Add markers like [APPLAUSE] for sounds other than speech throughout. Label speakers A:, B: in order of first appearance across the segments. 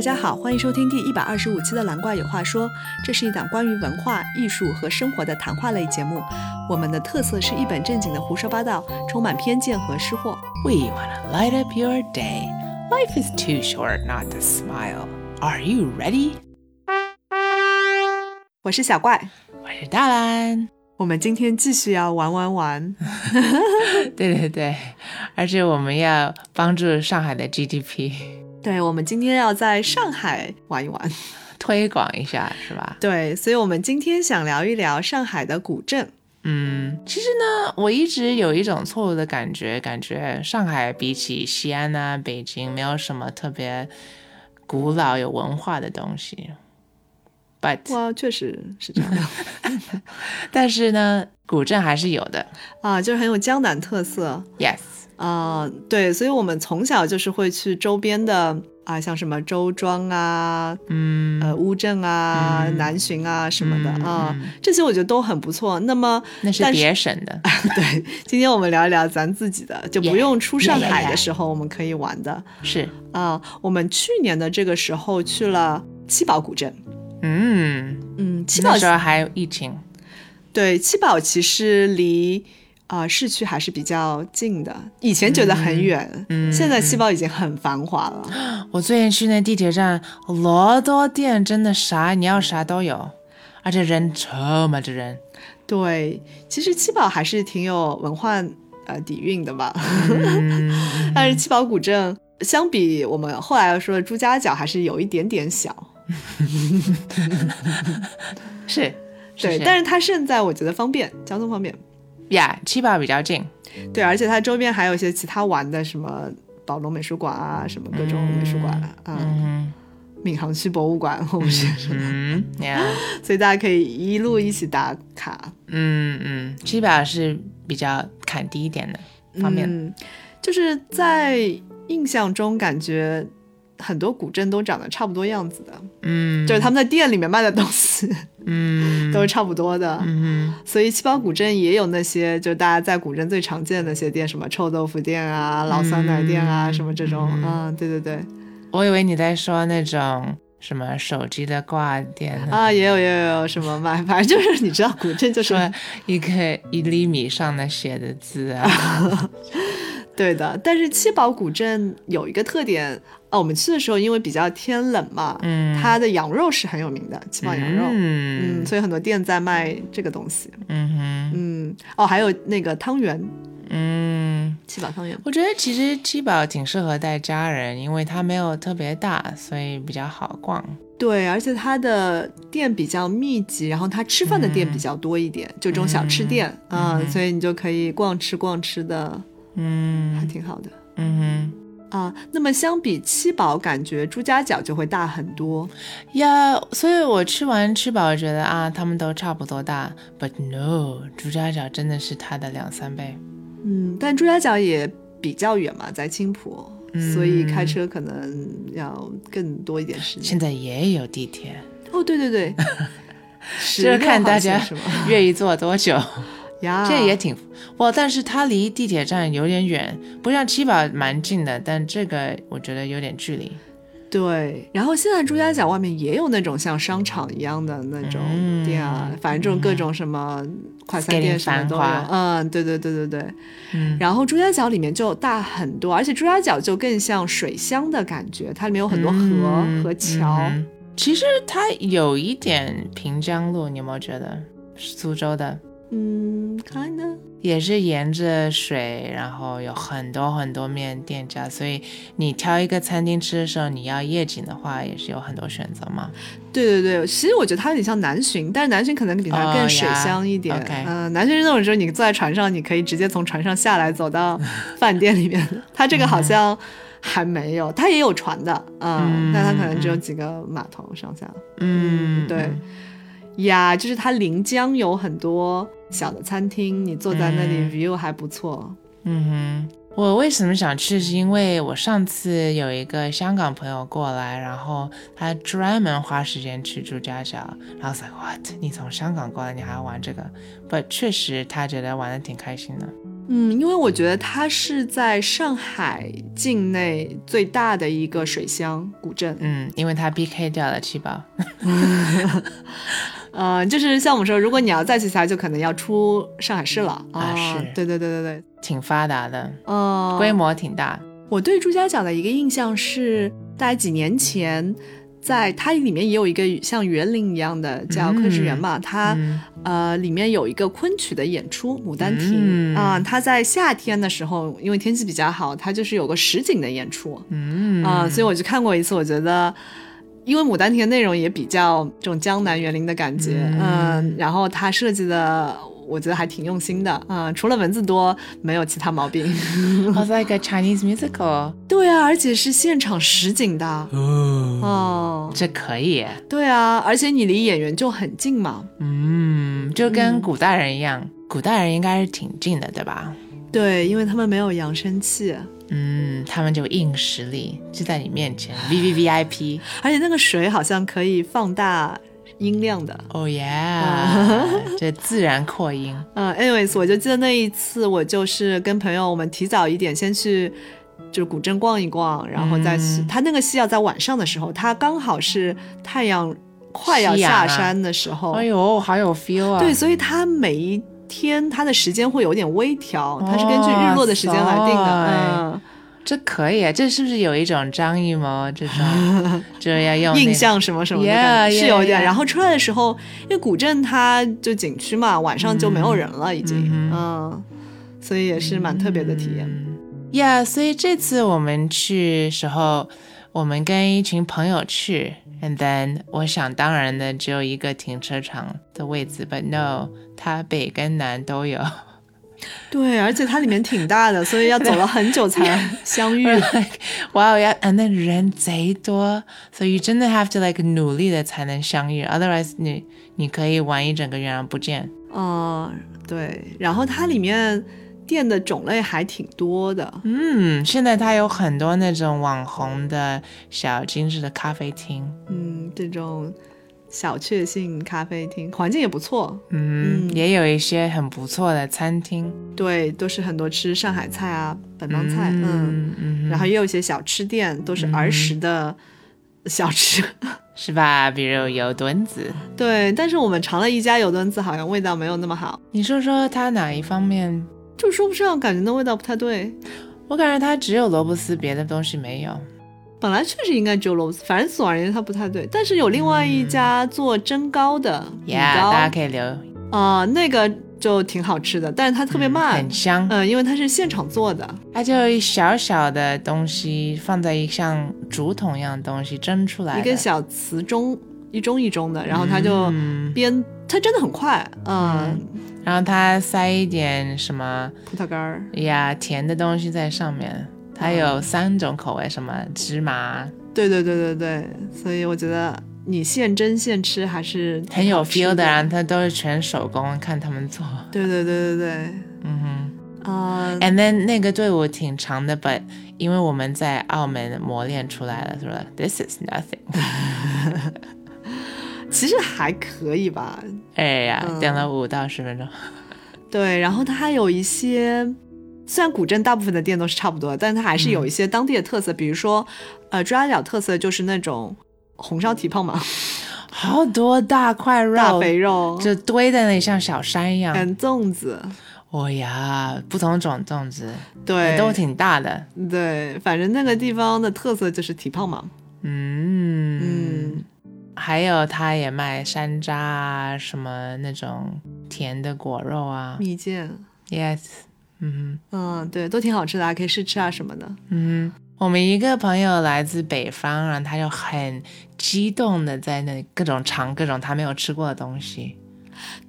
A: 家好，欢迎收听第一百二十五期的《蓝怪有话说》，这是一档关于文化艺术和生活的谈话类节目。我们的特色是一本正经的胡说八道，充满偏见和失货。
B: We want to light up your day. Life is too short not to smile. Are you ready?
A: 我是小怪，
B: 我是大兰。
A: 我们今天继续要玩玩玩。
B: [LAUGHS] 对对对，而且我们要帮助上海的 GDP
A: [LAUGHS]
B: [LAUGHS]
A: 对，我们今天要在上海玩一玩。
B: 推广一下，是吧？
A: 对，所以我们今天想聊一聊上海的古镇。
B: 嗯，其实呢，我一直有一种错误的感觉，感觉上海比起西安啊、北京，没有什么特别古老有文化的东西。But
A: 哇，确实是这样的 [LAUGHS]
B: 但是呢，古镇还是有的。
A: 啊，就是很有江南特色。
B: Yes，
A: 啊、对，所以我们从小就是会去周边的啊，像什么周庄啊、
B: 嗯，
A: 呃乌镇啊、
B: 嗯
A: 南浔啊什么的
B: 嗯
A: 啊、
B: 嗯
A: 这些我觉得都很不错。那
B: [LAUGHS]
A: 么
B: 那是啊
A: 但是
B: 别省的。
A: 对，今天我们聊一聊咱自己的，就不
B: Yeah，
A: 用出上
B: yeah，yeah，
A: 海的
B: yeah
A: 时候我们可以玩的
B: 是，
A: 啊、我们去年的这个时候去了七宝古镇，
B: 嗯，
A: 嗯，七宝
B: 那时候还有疫情，
A: 对，七宝其实离啊、呃市区还是比较近的，以前觉得很远，
B: 嗯
A: 现在
B: 嗯
A: 七宝已经很繁华了。
B: 我最近去那地铁站，老多店真的啥你要啥都有，而且人这么的人，
A: 对，其实七宝还是挺有文化呃底蕴的吧，
B: 嗯
A: [LAUGHS] 但是七宝古镇相比我们后来说的朱家角还是有一点点小，
B: 是，
A: 对，但是它胜在我觉得方便，交通方便，
B: 呀，七宝比较近，
A: 对，而且它周边还有一些其他玩的什么。宝龙美术馆啊，什么各种美术馆啊，嗯，
B: 嗯
A: 闵行区博物馆，我们是，
B: 嗯 [LAUGHS] 呀，
A: 所以大家可以一路一起打卡，
B: 嗯嗯，七宝是比较砍低一点的方面，
A: 嗯，就是在印象中感觉很多古镇都长得差不多样子的，
B: 嗯，
A: 就是他们在店里面卖的东西
B: 嗯
A: 都是差不多的，
B: 嗯
A: 所以七宝古镇也有那些就是大家在古镇最常见的那些店，什么臭豆腐店啊、老酸奶店啊，什么这种，
B: 嗯
A: 嗯，对对对，
B: 哼，我以为你在说那种什么手机的挂店呢
A: 啊，也有也有也有什么卖，反正就是你知道古镇就是
B: 说一个一厘米上的写的字 [LAUGHS] 啊，
A: 对的，但是七宝古镇有一个特点啊，我们去的时候因为比较天冷嘛，
B: 嗯，
A: 它的羊肉是很有名的，七宝羊肉。
B: 嗯
A: 嗯，所以很多店在卖这个东西。
B: 嗯
A: 嗯，哦，还有那个汤圆，
B: 哼，嗯，
A: 七宝汤圆。
B: 我觉得其实七宝挺适合带家人，因为它没有特别大，所以比较好逛。
A: 对，而且它的店比较密集，然后它吃饭的店
B: 嗯
A: 比较多一点，就这种小吃店啊、所以你就可以逛吃逛吃的，还
B: 嗯
A: 挺好的
B: 嗯
A: 啊、那么相比七宝，感觉朱家角就会大很多。
B: 哼，呀、所以我吃完吃饱，觉得啊，他们都差不多大，but no，朱家角真的是它的两三倍。
A: 嗯，但朱家角也比较远嘛，在青浦，
B: 嗯
A: 所以开车可能要更多一点时间
B: 现。在也有地铁，
A: 哦，对对
B: [LAUGHS]
A: 对，
B: 就是看大家
A: 是吗？
B: 愿意坐多久。
A: 呀，
B: 这也挺哇，但是它离地铁站有点远，不像七宝蛮近的，但这个我觉得有点距离。
A: 对，然后现在朱家角外面也有那种像商场一样的那种
B: 嗯
A: 店啊，反正这种各种什么快餐店
B: Skating
A: 什么都有
B: 繁。
A: 嗯，对对对对对。
B: 嗯
A: 然后朱家角里面就大很多，而且朱家角就更像水乡的感觉，它里面有很多河、
B: 嗯
A: 和桥。
B: 嗯其实它有一点平江路，你有没有觉得？苏州的
A: 嗯，kind of。
B: 也是沿着水，然后有很多很多面店家，所以你挑一个餐厅吃的时候，你要夜景的话，也是有很多选择嘛。
A: 对对对，其实我觉得它有点像南浔，但是南浔可能比它更
B: 哦
A: 水
B: 呀
A: 乡一点。
B: OK
A: 嗯，南浔是那种就是你坐在船上，你可以直接从船上下来走
B: [LAUGHS]
A: 到饭店里面。它这个好像还没有，它也有船的，嗯，
B: 嗯
A: 但它可能只有几个码头上下。
B: 嗯，
A: 对。呀，就是它临江有很多小的餐厅，你坐在那里
B: 嗯
A: view 还不错。
B: 嗯哼，我为什么想去？是因为我上次有一个香港朋友过来，然后他专门花时间去朱家角，然后我 like what？你从香港过来，你还要玩这个？不，确实他觉得玩的挺开心的。
A: 嗯，因为我觉得它是在上海境内最大的一个水乡古镇，
B: 嗯，因为他 PK 掉了七宝，
A: [LAUGHS] 呃，就是像我们说，如果你要再去其他，就可能要出上海市了
B: 啊是
A: 对对对对对，
B: 挺发达的，
A: 呃，
B: 规模挺大。
A: 我对朱家角的一个印象是，大概几年前，在它里面也有一个像园林一样的叫
B: 嗯
A: 昆池园嘛，它、
B: 嗯
A: 呃里面有一个昆曲的演出《牡丹亭》
B: 嗯
A: 啊、它在夏天的时候，因为天气比较好，它就是有个实景的演出 [LAUGHS]
B: 嗯
A: 啊、所以我去看过一次，我觉得。因为《牡丹亭》的内容也比较这种江南园林的感觉，
B: 嗯
A: 嗯，然后它设计的我觉得还挺用心的，嗯，除了文字多，没有其他毛病。 [LAUGHS]
B: was like a Chinese musical，
A: 对啊，而且是现场实景的。哦，
B: 这可以耶，
A: 对啊，而且你离演员就很近嘛。
B: 嗯，就跟
A: 嗯
B: 古代人一样，古代人应该是挺近的，对吧？
A: 对，因为他们没有扬声器，
B: 嗯，他们就硬实力就在你面前，V V V I P，
A: 而且那个水好像可以放大音量的。
B: 哦耶，yeah，这 [LAUGHS] 自然扩音，
A: 嗯，anyways，我就记得那一次，我就是跟朋友我们提早一点先去。就是古镇逛一逛，然后再去。
B: 嗯
A: 他那个戏要在晚上的时候，他刚好是太阳快要
B: 夕阳
A: 下
B: 啊
A: 山的时候。
B: 哎呦，好有 feel 啊！
A: 对，所以它每一天它的时间会有点微调，它是根据日落的嗯时间来定
B: 哇
A: 的
B: 塞。这可以，啊这是不是有一种张艺谋这种， [LAUGHS] 就要用
A: 嗯，
B: 那
A: 印象什么什么的感觉
B: Yeah,
A: 是有一
B: yeah,
A: 点。
B: yeah.
A: 然后出来的时候，因为古镇它就景区嘛，晚上就没有人了，已经
B: 嗯
A: 嗯，所以也是蛮特别的体验。
B: 呀所以这次我们去时候，我们跟一群朋友去，and then 我想当然的只有一个停车场的位置，but no，它北跟南都有。
A: 对，而且它里面挺大的，所以要走了很久才相遇。
B: 哇哦呀，and then 人贼多，所以真的 have to like 努力的才能相遇，otherwise 你你可以玩一整个月然后不见。
A: [LAUGHS] 嗯，对。然后它里面店的种类还挺多的。
B: 嗯，现在它有很多那种网红的小精致的咖啡厅，
A: 嗯，这种小确幸咖啡厅环境也不错，
B: 嗯，
A: 嗯
B: 也有一些很不错的餐厅，
A: 对，都是很多吃上海菜啊、本帮菜，嗯，
B: 嗯嗯，
A: 然后也有一些小吃店，都是儿时的小吃。 [LAUGHS]
B: 是吧？比如油墩子，
A: 对，但是我们尝了一家油墩子，好像味道没有那么好，
B: 你说说它哪一方面？
A: 就说不上，感觉那味道不太对。
B: 我感觉它只有萝卜丝，别的东西没有。
A: 本来确实应该只有萝卜丝，反正总而言之它不太对。但是有另外一家做蒸糕的米糕，
B: 嗯呀、yeah,，大家可以留，
A: 啊、那个就挺好吃的，但是它特别
B: 嗯
A: 慢
B: 很，香。
A: 嗯、因为它是现场做的，
B: 它就有一小小的东西放在一像竹筒一样的东西蒸出来
A: 一
B: 的，
A: 个小瓷钟，一钟一钟的，然后它就
B: 嗯
A: 边，它真的很快，嗯，
B: 然后它塞一点什么哎
A: 葡萄干儿，
B: 呀甜的东西在上面。它
A: 嗯
B: 有三种口味，什么芝麻，
A: 对对对对对，所以我觉得你现蒸现吃还是挺
B: 很有
A: 好吃
B: feel 的，啊然后它都是全手工，看他们做。
A: 对对对对对，
B: 嗯哼
A: 啊、
B: ，and then 那个队伍挺长的，but 因为我们在澳门磨练出来了，是吧？This is nothing。
A: 其实还可以吧，
B: 哎呀，
A: 嗯
B: 等了五到十分钟。
A: 对，然后它还有一些，虽然古镇大部分的店都是差不多的，但是它还是
B: 嗯
A: 有一些当地的特色，比如说，呃，朱家角特色就是那种红烧蹄膀嘛，
B: 好多大块肉，
A: 大肥肉，
B: 就堆在那里像小山一样。
A: 嗯，粽子，
B: 哦呀，不同种粽子
A: 对，
B: 哎都挺大的。
A: 对，反正那个地方的特色就是蹄膀嘛。
B: 嗯
A: 嗯，
B: 还有他也卖山楂啊，什么那种甜的果肉啊。
A: 蜜饯，
B: Yes，嗯
A: 嗯，对，都挺好吃的，还可以试吃啊什么的。
B: 哼嗯哼。我们一个朋友来自北方，然后他就很激动的在那里各种尝各种他没有吃过的东西。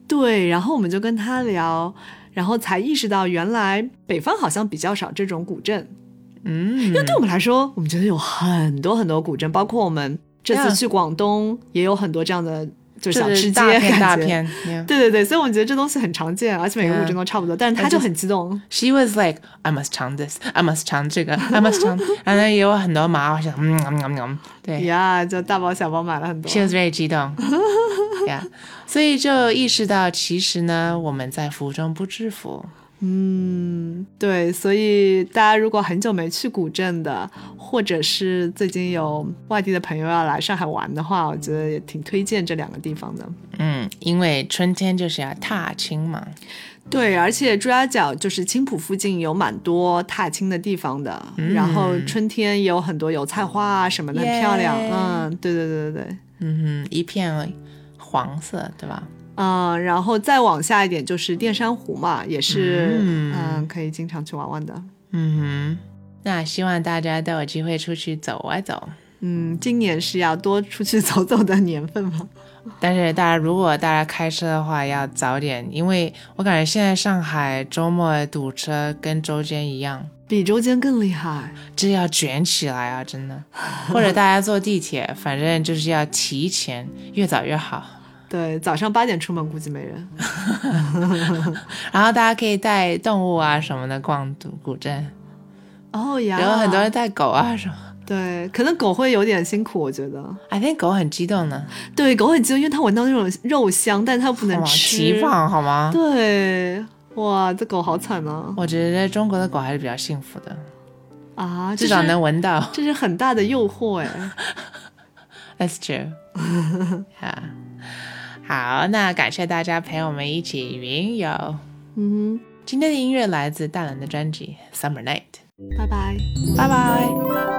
A: 对，然后我们就跟他聊，然后才意识到原来北方好像比较少这种古镇， [LAUGHS]
B: 嗯
A: 因，为对我们来说，我们觉得有很多很多古镇，包括我们这次
B: Yeah
A: 去广东也有很多这样的，就
B: 这
A: 小吃
B: 嗯是
A: 街
B: 大片大
A: 感觉。
B: 片。Yeah. 嗯
A: 对对对，所以我们觉得这东西很常见，而且每个
B: Yeah
A: 古镇都差不多，但是他就很激动。
B: She was like, I must 尝 this, I must 尝这个，I must 尝。 [LAUGHS] 然后也有很多麻，我想，嗯嗯嗯嗯，对。
A: 呀就大包小包买了很多。
B: She was very 激动，Yeah，所以就意识到其实呢，我们在服中不知福，
A: 嗯，对，所以大家如果很久没去古镇的，或者是最近有外地的朋友要来上海玩的话，我觉得也挺推荐这两个地方的。
B: 嗯，因为春天就是要踏青嘛。
A: 对，而且朱家角就是青浦附近有蛮多踏青的地方的，
B: 嗯
A: 然后春天也有很多油菜花啊什么的，很漂亮。
B: 耶
A: 嗯，对对对对对。
B: 嗯哼，一片黄色，对吧？
A: 嗯，然后再往下一点就是淀山湖嘛，也是
B: 嗯
A: 嗯可以经常去玩玩的。
B: 嗯哼，那希望大家都有机会出去走啊走。
A: 嗯，今年是要多出去走走的年份嘛。
B: 但是大家如果大家开车的话，要早点，因为我感觉现在上海周末堵车跟周间一样，
A: 比周间更厉害。
B: 这要卷起来啊，真的。或者大家坐地铁， [LAUGHS] 反正就是要提前，越早越好。
A: 对，早上八点出门估计没人。
B: 然后大家可以带动物啊什么的逛古古镇，
A: 哦呀，
B: 然后很多人带狗啊什么。
A: 对，可能狗会有点辛苦，我觉得。
B: I think 狗很激动呢，
A: 对，狗很激动，因为它闻到那种肉香，但它又不
B: 好
A: 能
B: 吗？
A: 吃
B: 提。防好吗？
A: 对，哇，这狗好惨啊！
B: 我觉得中国的狗还是比较幸福的，
A: 啊，
B: 至
A: 这
B: 少
A: 是
B: 能闻到。 [LAUGHS]
A: 这是很大的诱惑哎。
B: That's true [LAUGHS] 啊。好，那感谢大家陪我们一起云游。
A: 嗯
B: 今天的音乐来自大蓝的专辑《Summer Night》，
A: 哼，拜拜。
B: 拜拜。